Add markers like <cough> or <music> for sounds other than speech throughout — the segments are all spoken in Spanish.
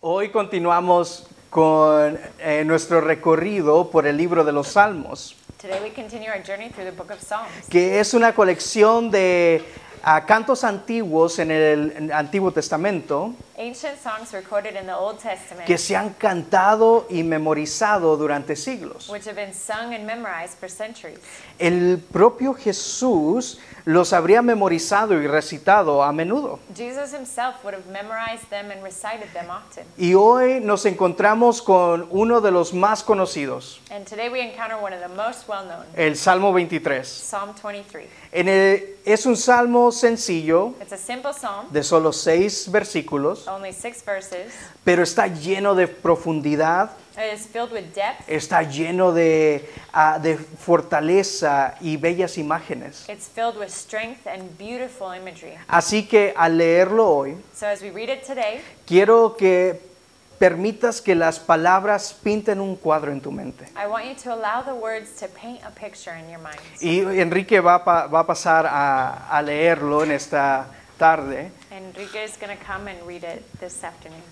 Hoy continuamos con eh, nuestro recorrido por el libro de los Salmos, Today we continue our journey through the book of Psalms. que es una colección de ah, cantos antiguos en el en Antiguo Testamento Ancient songs recorded in the Old Testament, que se han cantado y memorizado durante siglos. which have been sung and memorized for centuries. El propio Jesús los habría memorizado y recitado a menudo. Jesus himself would have memorized them and recited them often. Y hoy nos encontramos con uno de los más conocidos, And today we encounter one of the most well known, el Salmo 23. Psalm 23. En el- es un salmo sencillo, It's a simple psalm, de solo seis versículos, only six verses. pero está lleno de profundidad, It is filled with depth, está lleno de, ah, de fortaleza y bellas imágenes. it's filled with strength and beautiful imagery. Así que al leerlo hoy, So as we read it today, quiero que permitas que las palabras pinten un cuadro en tu mente. I want you to allow the words to paint a picture in your mind. Y Enrique va, a pa- va a pasar a, a leerlo en esta tarde. Enrique is going to come and read it this afternoon.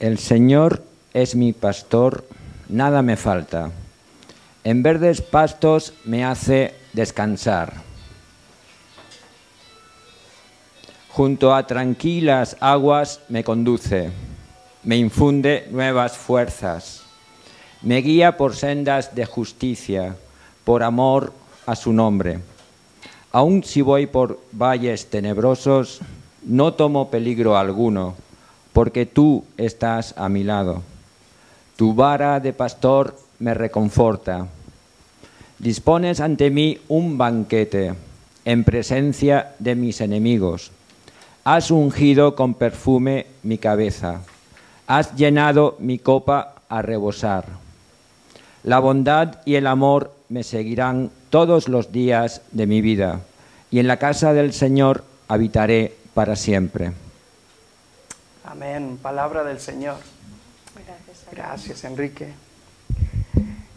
El Señor es mi pastor, nada me falta. En verdes pastos me hace descansar. Junto a tranquilas aguas me conduce, me infunde nuevas fuerzas, me guía por sendas de justicia, por amor a su nombre. Aun si voy por valles tenebrosos, no tomo peligro alguno, porque tú estás a mi lado. Tu vara de pastor me reconforta. Dispones ante mí un banquete en presencia de mis enemigos. Has ungido con perfume mi cabeza. Has llenado mi copa a rebosar. La bondad y el amor me seguirán todos los días de mi vida, y en la casa del Señor habitaré para siempre. Amén, palabra del Señor. Gracias, Enrique.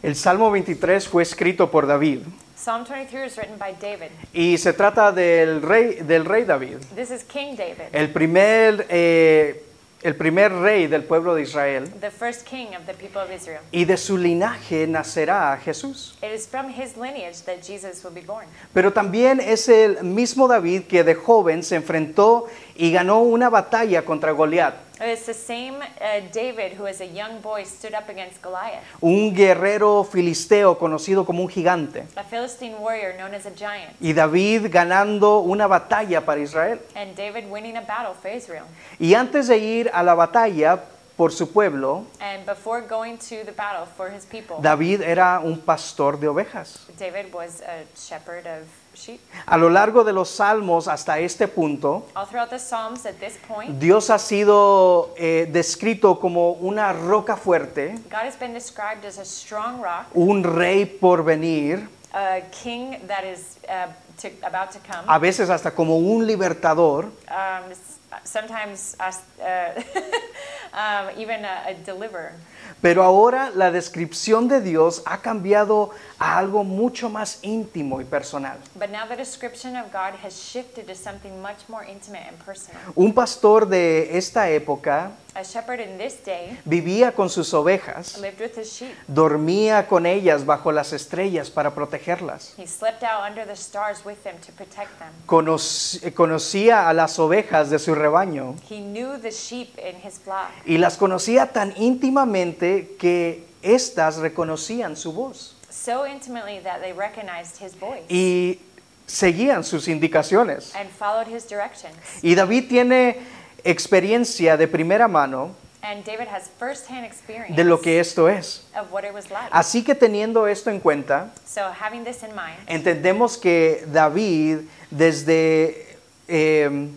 El Salmo 23 fue escrito por David Psalm 23 is written by David. y se trata del rey, del rey David, This is King David, el primer, eh, el primer rey del pueblo de Israel. the first king of the people of Israel. Y de su linaje nacerá Jesús. It is from his lineage that Jesus will be born. Pero también es el mismo David que de joven se enfrentó y ganó una batalla contra Goliat, It's the same uh, David who, as a young boy, stood up against Goliath, un guerrero filisteo conocido como un gigante. a Philistine warrior known as a giant, Y David ganando una batalla para Israel. and David winning a battle for Israel. Y antes de ir a la batalla por su pueblo, And before going to the battle for his people, David era un pastor de ovejas. David was a shepherd of sheep. A lo largo de los salmos hasta este punto, All throughout the Psalms, at this point, Dios ha sido eh, descrito como una roca fuerte, God has been described as a strong rock, un rey por venir, a king that is uh, to, about to come. a veces hasta como un libertador, um, s- sometimes us, uh, <laughs> um, even a, a deliverer. pero ahora la descripción de Dios ha cambiado a algo mucho más íntimo y personal. But now the description of God has shifted to something much more intimate and personal. Un pastor de esta época A shepherd in this day vivía con sus ovejas lived with his sheep. Dormía con ellas bajo las estrellas para protegerlas. He slept out under the stars with them to protect them. Conoc- eh, conocía a las ovejas de su rebaño He knew the sheep in his flock, y las conocía tan íntimamente que éstas reconocían su voz so intimately that they recognized his voice y seguían sus indicaciones. and followed his directions. Y David tiene experiencia de primera mano And David has firsthand experience de lo que esto es. of what it was like. Así que teniendo esto en cuenta, So, having this in mind, entendemos que David desde, eh,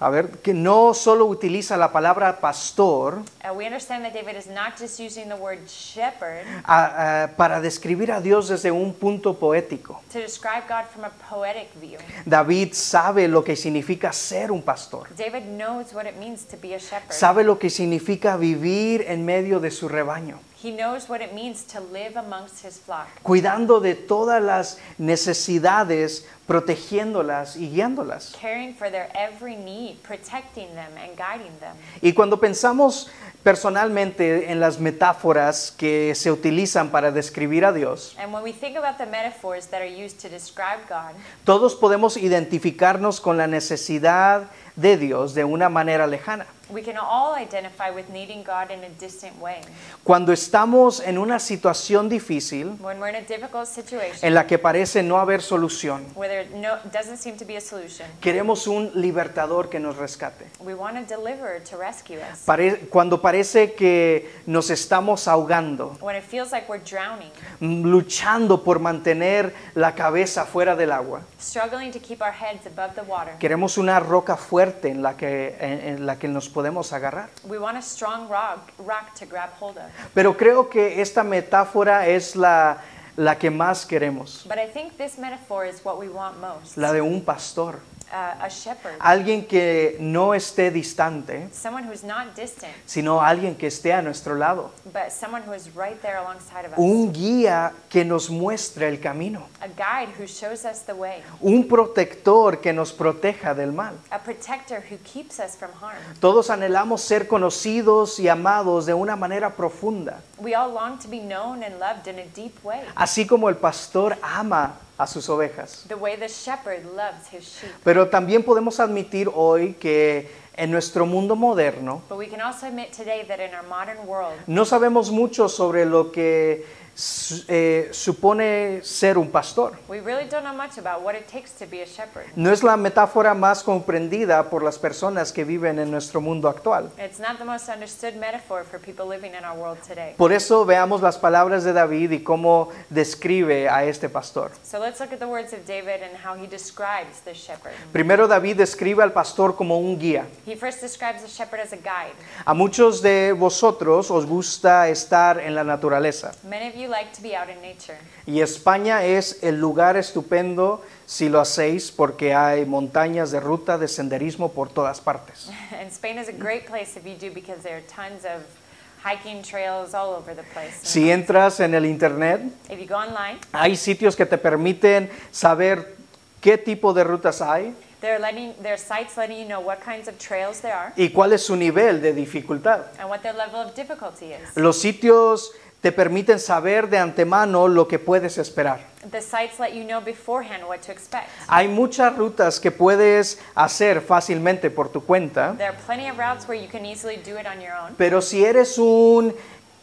a ver, que no solo utiliza la palabra pastor Uh, we understand that David is not just using the word shepherd a- a- para describir a Dios desde un punto poético. to describe God from a poetic view. David sabe lo que significa ser un pastor, David knows what it means to be a shepherd. sabe lo que significa vivir en medio de su rebaño. He knows what it means to live amongst his flock, cuidando de todas las necesidades, protegiéndolas y guiándolas. caring for their every need, protecting them and guiding them. Y cuando pensamos personalmente en las metáforas que se utilizan para describir a Dios, And when we think about the metaphors that are used to describe God, todos podemos identificarnos con la necesidad de Dios de una manera lejana. we can all identify with needing God in a distant way. Cuando estamos en una situación difícil When we're in a difficult situation en la que parece no haber solución, where there no, doesn't seem to be a solution, queremos un libertador que nos rescate. we want a deliverer to rescue us. Pare- cuando parece que nos estamos ahogando, When it feels like we're drowning, mm, luchando por mantener la cabeza fuera del agua, struggling to keep our heads above the water, queremos una roca fuerte en la que, en- en la que nos podemos agarrar. we want a strong rock, rock to grab hold of. Pero creo que esta metáfora es la, la que más queremos, But I think this metaphor is what we want most la de un pastor, uh, a shepherd, alguien que no esté distante, someone who's not distant, sino alguien que esté a nuestro lado, but someone who is right there alongside of us. un guía que nos muestre el camino, A guide who shows us the way, un protector que nos proteja del mal. a protector who keeps us from harm. Todos anhelamos ser conocidos y amados de una manera profunda, We all long to be known and loved in a deep way, así como el pastor ama a sus ovejas. the way the shepherd loves his sheep. Pero también podemos admitir hoy que en nuestro mundo moderno But we can also admit today that in our modern world, no sabemos mucho sobre lo que su- eh, supone ser un pastor. we really don't know much about what it takes to be a shepherd. No es la metáfora más comprendida por las personas que viven en nuestro mundo actual. It's not the most understood metaphor for people living in our world today. Por eso veamos las palabras de David y cómo describe a este pastor. So let's look at the words of David and how he describes the shepherd. Primero David describe al pastor como un guía. He first describes the shepherd as a guide. A muchos de vosotros os gusta estar en la naturaleza Many of you like to be out in nature, <laughs> y España es el lugar estupendo si lo hacéis porque hay montañas de ruta de senderismo por todas partes. and Spain is a great place if you do because there are tons of hiking trails all over the place. Si entras en el internet, If you go online, hay sitios que te permiten saber qué tipo de rutas hay there are, letting, there are sites letting you know what kinds of trails there are y cuál es su nivel de dificultad. and what their level of difficulty is. Los sitios te permiten saber de antemano lo que puedes esperar. The sites let you know beforehand what to expect. Hay muchas rutas que puedes hacer fácilmente por tu cuenta. There are plenty of routes where you can easily do it on your own. Pero si eres un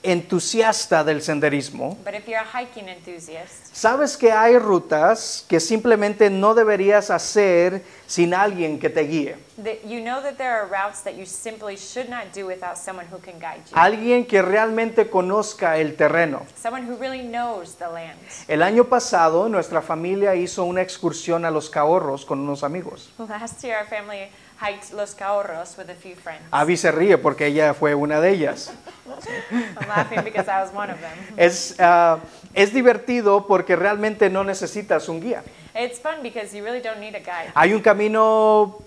entusiasta del senderismo, But if you're a hiking enthusiast, sabes que hay rutas que simplemente no deberías hacer sin alguien que te guíe. that you know that there are routes that you simply should not do without someone who can guide you. Alguien que realmente conozca el terreno. Someone who really knows the land. El año pasado nuestra familia hizo una excursión a los Cahorros con unos amigos. Last year, our family hiked Los Cahorros with a few friends. Avi se ríe porque ella fue una de ellas. I'm laughing because I was one of them. Es, ah, es divertido porque realmente no necesitas un guía. It's fun because you really don't need a guide. Hay un camino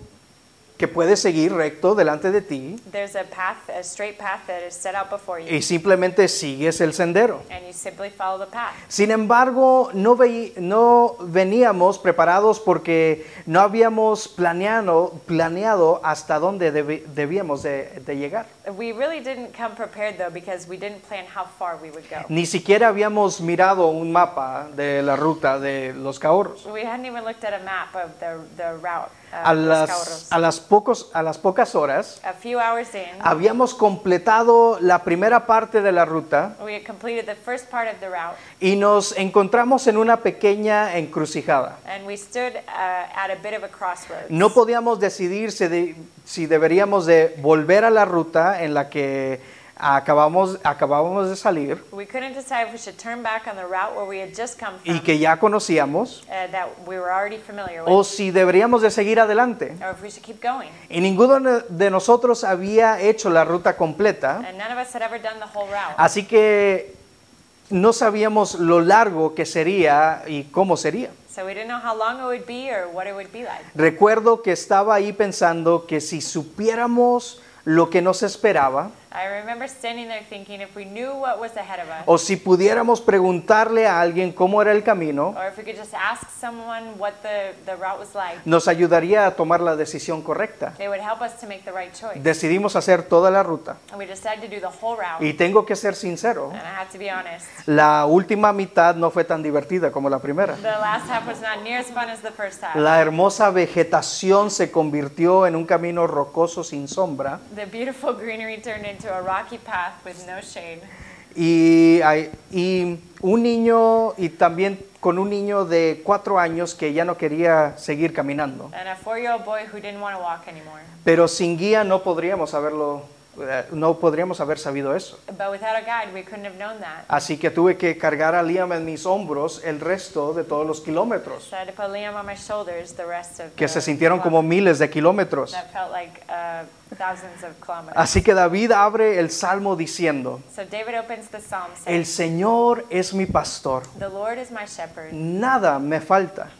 que puedes seguir recto delante de ti There's a path, a straight path that is set out before you, y simplemente sigues el sendero. and you simply follow the path. Sin embargo, no, vei- no veníamos preparados porque no habíamos planeado, planeado hasta dónde debi- debíamos de, de llegar. We really didn't come prepared though because we didn't plan how far we would go. Ni siquiera habíamos mirado un mapa de la ruta de los Cahorros. We hadn't even looked at a map of the, the route A of Ah, Los las, Cahorros. a, las pocos, a las pocas horas A few hours in, habíamos completado la primera parte de la ruta we had completed the first part of the route, y nos encontramos en una pequeña encrucijada. and we stood uh, at a bit of a crossroads. No podíamos decidir si, de- si deberíamos de volver a la ruta en la que acabamos, acabábamos de salir We couldn't decide if we should turn back on the route where we had just come from, y que ya conocíamos uh, that we were already familiar with, o si deberíamos de seguir adelante. or if we should keep going. Y ninguno ne- de nosotros había hecho la ruta completa, And none of us had ever done the whole route. así que no sabíamos lo largo que sería y cómo sería. So we didn't know how long it would be or what it would be like. Recuerdo que estaba ahí pensando que si supiéramos lo que nos esperaba, I remember standing there thinking if we knew what was ahead of us, O si pudiéramos preguntarle a alguien cómo era el camino, or if we could just ask someone what the, the route was like, nos ayudaría a tomar la decisión correcta. they would help us to make the right choice. Decidimos hacer toda la ruta. And we decided to do the whole route. Y tengo que ser sincero, And I have to be honest, la última mitad no fue tan divertida como la primera. the last half was not near as fun as the first half. La hermosa vegetación se convirtió en un camino rocoso sin sombra The beautiful greenery turned into a rocky path with no shade. y, hay- y un niño y también con un niño de cuatro años que ya no quería seguir caminando. And a four year old boy who didn't want to walk anymore. Pero sin guía no podríamos haberlo, eh, no podríamos haber sabido eso. But without a guide, we couldn't have known that. Así que tuve que cargar a Liam en mis hombros el resto de todos los kilómetros, So I had to put Liam on my shoulders the rest of que the se sintieron como miles de kilómetros. That felt like uh, thousands of kilometers. Así que David abre el salmo diciendo, So David opens the psalm el saying, Señor es mi pastor, The Lord is my shepherd. nada me falta.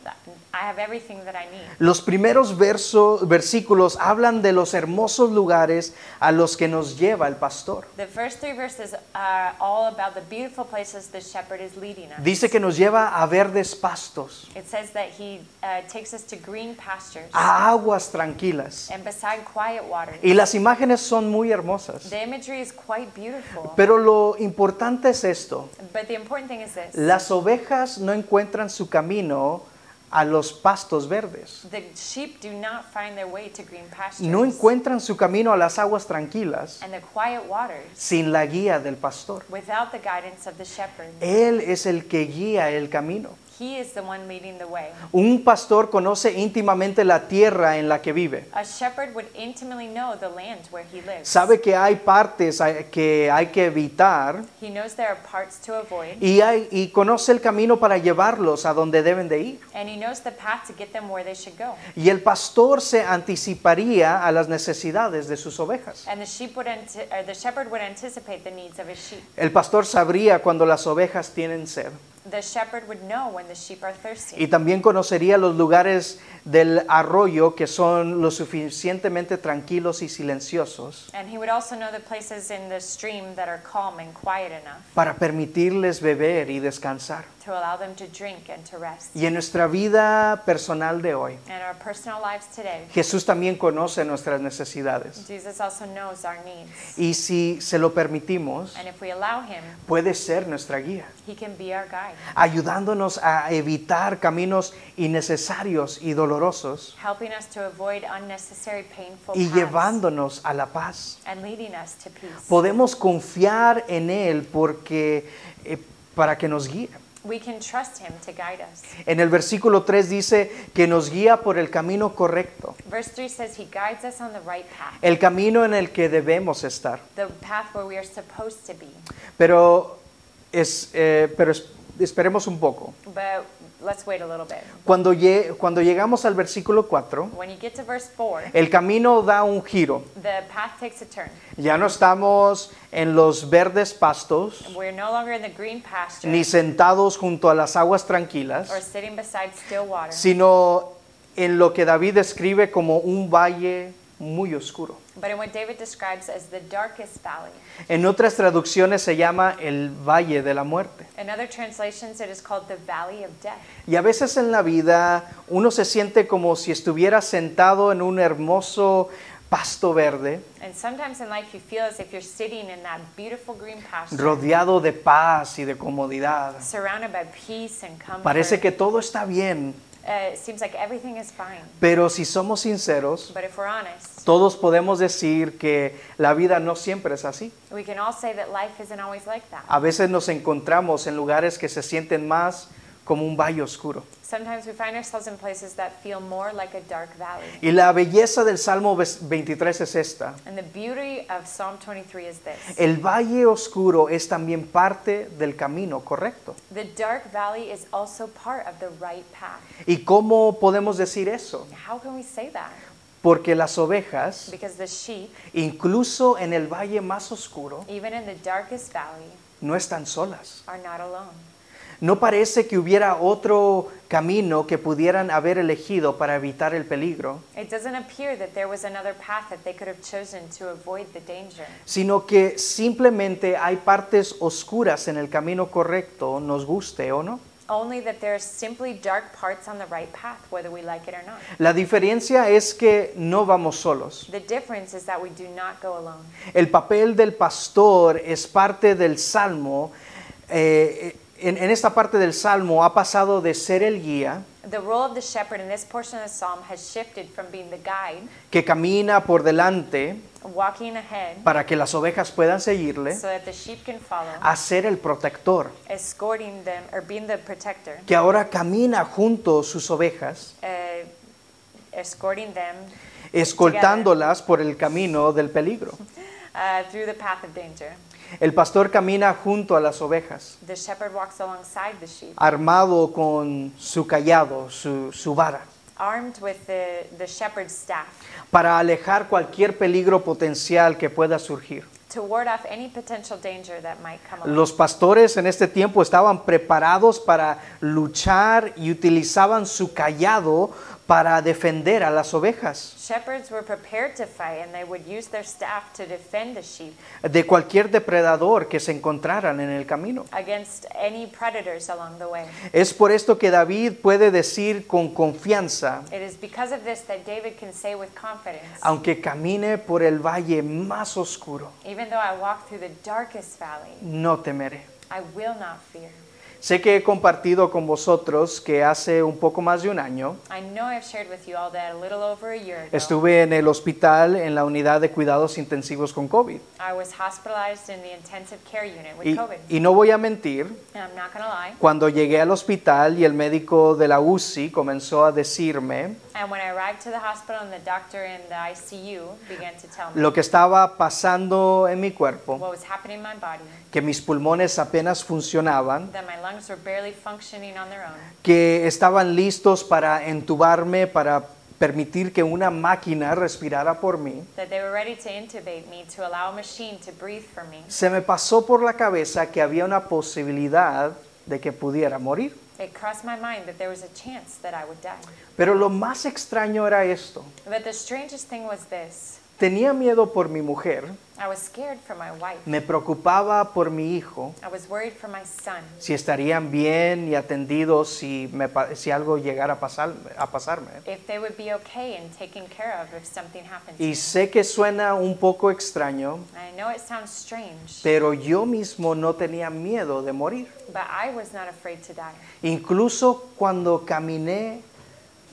I have everything that I need. Los primeros verso- versículos hablan de los hermosos lugares a los que nos lleva el pastor. The first three verses are all about the beautiful places the shepherd is leading us. Dice que nos lleva a verdes pastos, It says that he uh, takes us to green pastures a aguas tranquilas. and beside quiet waters. Y las imágenes son muy hermosas. The imagery is quite beautiful. Pero lo importante es esto. But the important thing is this Las ovejas no encuentran su camino a los pastos verdes. the sheep do not find their way to green pastures No encuentran su camino a las aguas tranquilas and the quiet waters sin la guía del pastor. without the guidance of the shepherd. Él es el que guía el camino. He is the one leading the way. Un pastor conoce íntimamente la tierra en la que vive. A shepherd would intimately know the land where he lives. Sabe que hay partes a- que hay que evitar He knows there are parts to avoid, y, hay- y conoce el camino para llevarlos a donde deben de ir. and he knows the path to get them where they should go. Y el pastor se anticiparía a las necesidades de sus ovejas. And the sheep would anti- or the shepherd would anticipate the needs of his sheep. El pastor sabría cuando las ovejas tienen sed The shepherd would know when the sheep are thirsty, y también conocería los lugares del arroyo que son lo suficientemente tranquilos y silenciosos and he would also know the places in the stream that are calm and quiet enough. para permitirles beber y descansar. to allow them to drink and to rest. Y en nuestra vida personal de hoy, In our personal lives today, Jesús también conoce nuestras necesidades. Jesus also knows our needs. Y si se lo permitimos, And if we allow Him, puede ser nuestra guía, He can be our guide, ayudándonos a evitar caminos innecesarios y dolorosos helping us to avoid unnecessary painful y paths llevándonos a la paz. and leading us to peace. Podemos confiar en Él porque, eh, para que nos guíe. We can trust Him to guide us. En el versículo 3 dice que nos guía por el camino correcto, Verse 3 says, He guides us on the right path, el camino en el que debemos estar. the path where we are supposed to be. Pero, es, eh, pero es- esperemos un poco. But let's wait a little bit. Cuando, lle- cuando llegamos al versículo 4, When you get to verse 4, el camino da un giro. the path takes a turn. Ya no estamos en los verdes pastos, We're no longer in the green pasture ni sentados junto a las aguas or tranquilas, sitting beside still water. sino en lo que David describe como un valle muy oscuro. but in what David describes as the darkest valley. En otras traducciones se llama el valle de la muerte. In other translations, it is called the valley of death. Y a veces en la vida uno se siente como si estuviera sentado en un hermoso pasto verde, And sometimes in life, you feel as if you're sitting in that beautiful green pasture, rodeado de paz y de comodidad. surrounded by peace and comfort. Parece que todo está bien, uh, it seems like everything is fine. pero si somos sinceros, But if we're honest, todos podemos decir que la vida no siempre es así. we can all say that life isn't always like that. A veces nos encontramos en lugares que se sienten más como un valle oscuro. Sometimes we find ourselves in places that feel more like a dark valley. Y la belleza del Salmo 23 es esta. And the beauty of Psalm 23 is this El valle oscuro es también parte del camino correcto. the dark valley is also part of the right path. ¿Y cómo podemos decir eso? How can we say that? Porque las ovejas, Because the sheep, incluso en el valle más oscuro, even in the darkest valley, no están solas. are not alone. No parece que hubiera otro camino que pudieran haber elegido para evitar el peligro, It doesn't appear that there was another path that they could have chosen to avoid the danger. sino que simplemente hay partes oscuras en el camino correcto, nos guste o no. Only that there are simply dark parts on the right path, whether we like it or not. La diferencia es que no vamos solos. The difference is that we do not go alone. El papel del pastor es parte del salmo. eh, en- en esta parte del salmo ha pasado de ser el guía The role of the shepherd in this portion of the psalm has shifted from being the guide, que camina por delante walking ahead para que las ovejas puedan seguirle, so that the sheep can follow, a ser el protector, escorting them or being the protector, que ahora camina junto a sus ovejas, uh, escorting them escoltándolas por el camino del peligro. uh, through the path of danger. El pastor camina junto a las ovejas, The shepherd walks alongside the sheep, armado con su callado, su, su vara, armed with the, the shepherd's staff para alejar cualquier peligro potencial que pueda surgir. to ward off any potential danger that might come along. Los pastores en este tiempo estaban preparados para luchar y utilizaban su callado para defender a las ovejas. Shepherds were prepared to fight and they would use their staff to defend the sheep de cualquier depredador que se encontraran en el camino. against any predators along the way. Es por esto que David puede decir con confianza, It is because of this that David can say with confidence, aunque camine por el valle más oscuro, even though I walk through the darkest valley, no temeré. I will not fear. Sé que he compartido con vosotros que hace un poco más de un año I know I've shared with you all that a little over a year ago, estuve en el hospital en la unidad de cuidados intensivos con COVID. I was hospitalized in the intensive care unit with Y, COVID. y no voy a mentir, And I'm not going to lie. cuando llegué al hospital y el médico de la UCI comenzó a decirme And when I arrived to the hospital and the doctor in the ICU began to tell me lo que estaba pasando en mi cuerpo, what was happening in my body, que mis pulmones apenas funcionaban, that my lungs were barely functioning on their own, que estaban listos para entubarme, para permitir que una máquina respirara por mí. that they were ready to intubate me to allow a machine to breathe for me. Se me pasó por la cabeza que había una posibilidad de que pudiera morir. It crossed my mind that there was a chance that I would die. Pero lo más extraño era esto. But the strangest thing was this Tenía miedo por mi mujer, I was scared for my wife. me preocupaba por mi hijo, I was worried for my son, si estarían bien y atendidos si, me pa- si algo llegara a, pasar- a pasarme. if they would be okay and taken care of if something happened. to Y me. sé que suena un poco extraño, I know it sounds strange, pero yo mismo no tenía miedo de morir. but I was not afraid to die. Incluso cuando caminé,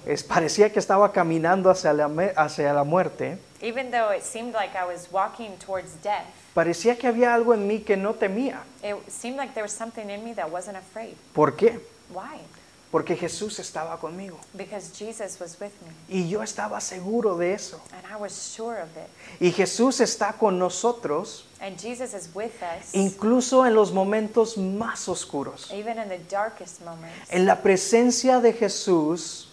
es- parecía que estaba caminando hacia la, me- hacia la muerte, Even though it seemed like I was walking towards death, parecía que había algo en mí que no temía. it seemed like there was something in me that wasn't afraid. ¿Por qué? Why? Porque Jesús estaba conmigo Because Jesus was with me, y yo estaba seguro de eso. and I was sure of it. Y Jesús está con nosotros And Jesus is with us, incluso en los momentos más oscuros. even in the darkest moments. En la presencia de Jesús,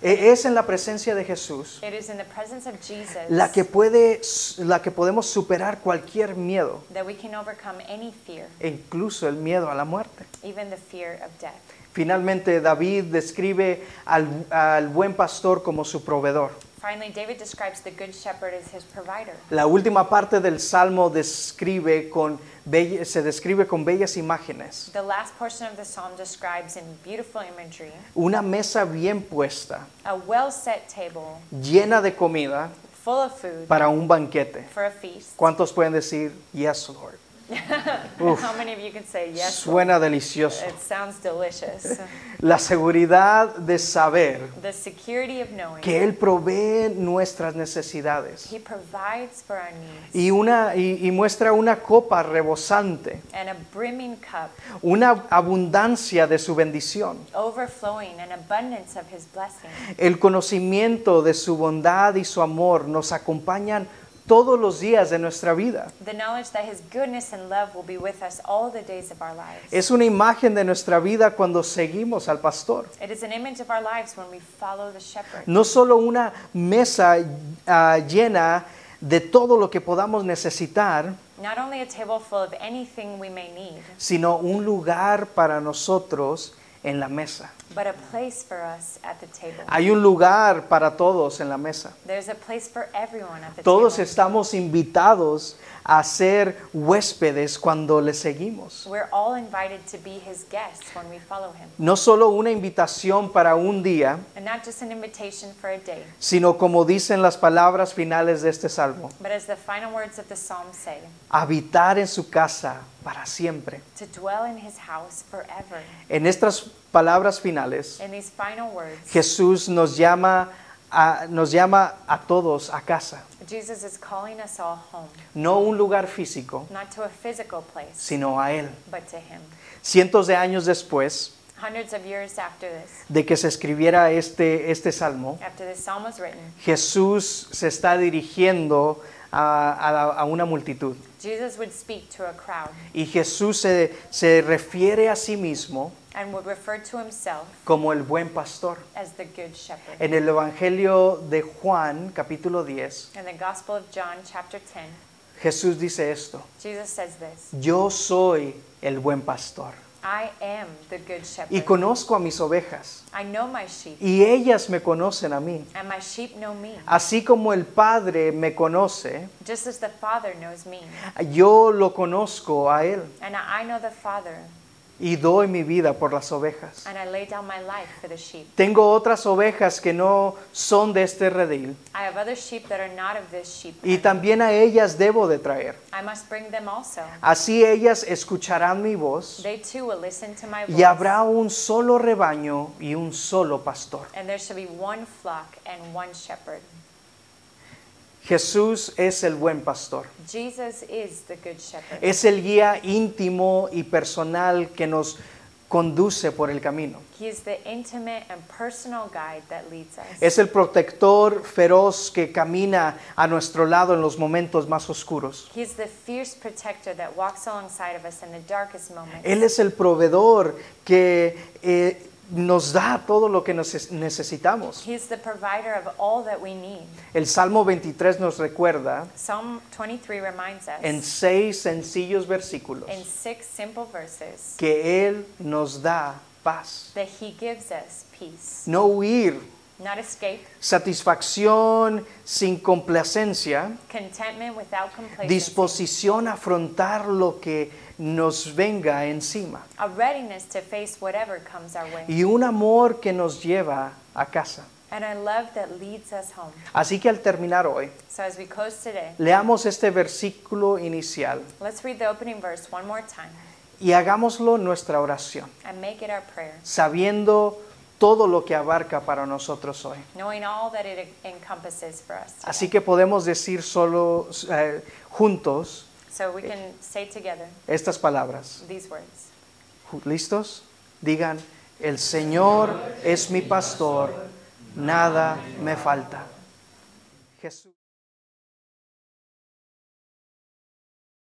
e- es en la presencia de Jesús It is in the presence of Jesus la que, puede, la que podemos superar cualquier miedo, that we can overcome any fear, e incluso el miedo a la muerte. even the fear of death. Finalmente, David describe al, al buen pastor como su proveedor. Finally, David describes the good shepherd as his provider. La última parte del salmo describe con belle- se describe con bellas imágenes. The last portion of the psalm describes in beautiful imagery Una mesa bien puesta, a well set table llena de comida full of food para un banquete. for a feast. ¿Cuántos pueden decir, yes, Lord? Uf. <laughs> How many of you can say yes? Suena delicioso. It sounds <laughs> delicious. La seguridad de saber the security of knowing que Él provee nuestras necesidades He provides for our needs y, una, y- y muestra una copa rebosante, and a brimming cup una abundancia de su bendición, overflowing an abundance of his blessing. el conocimiento de su bondad y su amor nos acompañan todos los días de nuestra vida. The knowledge that his goodness and love will be with us all the days of our lives. Es una imagen de nuestra vida cuando seguimos al pastor. it is an image of our lives when we follow the shepherd. No solo una mesa ah, llena de todo lo que podamos necesitar, Not only a table full of anything we may need, sino un lugar para nosotros en la mesa. but a place for us at the table. Hay un lugar para todos en la mesa. There's a place for everyone at the Todos table. estamos invitados a ser huéspedes cuando le seguimos. We're all invited to be his guests when we follow him. No solo una invitación para un día, And not just an invitation for a day, sino como dicen las palabras finales de este salmo, but as the final words of the psalm say, habitar en su casa para siempre. to dwell in his house forever. En estas palabras finales, In these final words, Jesús nos llama a, nos llama a todos a casa, Jesus is calling us all home, no un lugar físico, not to a physical place, sino a Él. but to him. Cientos de años después Hundreds of years after this, de que se escribiera este, este salmo, after this psalm was written, Jesús se está dirigiendo a, a la- a una multitud. Jesus would speak to a crowd Y Jesús se, se refiere a sí mismo and would refer to himself como el buen pastor. as the Good Shepherd. En el Evangelio de Juan, capítulo 10, In the Gospel of John, chapter 10, Jesús dice esto, Jesus says this yo soy el buen pastor I am the Good y Shepherd. conozco a mis ovejas I know my sheep, y ellas me conocen a mí. and my sheep know me, Así como el Padre me conoce, just as the Father knows me. yo lo conozco a Él And I know the Father, y doy mi vida por las ovejas. and I lay down my life for the sheep. Tengo otras ovejas que no son de este redil I have other sheep that are not of this sheep. y pen. también a ellas debo de traer. I must bring them also. Así ellas escucharán mi voz They too will listen to my voice. y habrá un solo rebaño y un solo pastor. And there shall be one flock and one shepherd. Jesús es el buen pastor. Jesus is the good shepherd. Es el guía íntimo y personal que nos conduce por el camino. He is the intimate and personal guide that leads us. Es el protector feroz que camina a nuestro lado en los momentos más oscuros. He is the fierce protector that walks alongside of us in the darkest moments. Él es el proveedor que eh, nos da todo lo que nos necesitamos. He is the provider of all that we need. El Salmo 23 nos recuerda Psalm 23 reminds us en seis sencillos versículos in six simple verses que Él nos da paz. that He gives us peace, No huir, not escape, satisfacción sin complacencia, contentment without complacency, disposición a afrontar lo que nos venga encima a readiness to face whatever comes our way, y un amor que nos lleva a casa. and a love that leads us home. Así que al terminar hoy, So as we close today, leamos este versículo inicial let's read the opening verse one more time y hagámoslo nuestra oración, and make it our prayer, sabiendo todo lo que abarca para nosotros hoy. knowing all that it encompasses for us. today. Así que podemos decir solo eh, juntos So we can say together estas palabras. these words. ¿Listos? Digan, el Señor es mi pastor, nada me falta. Jesús.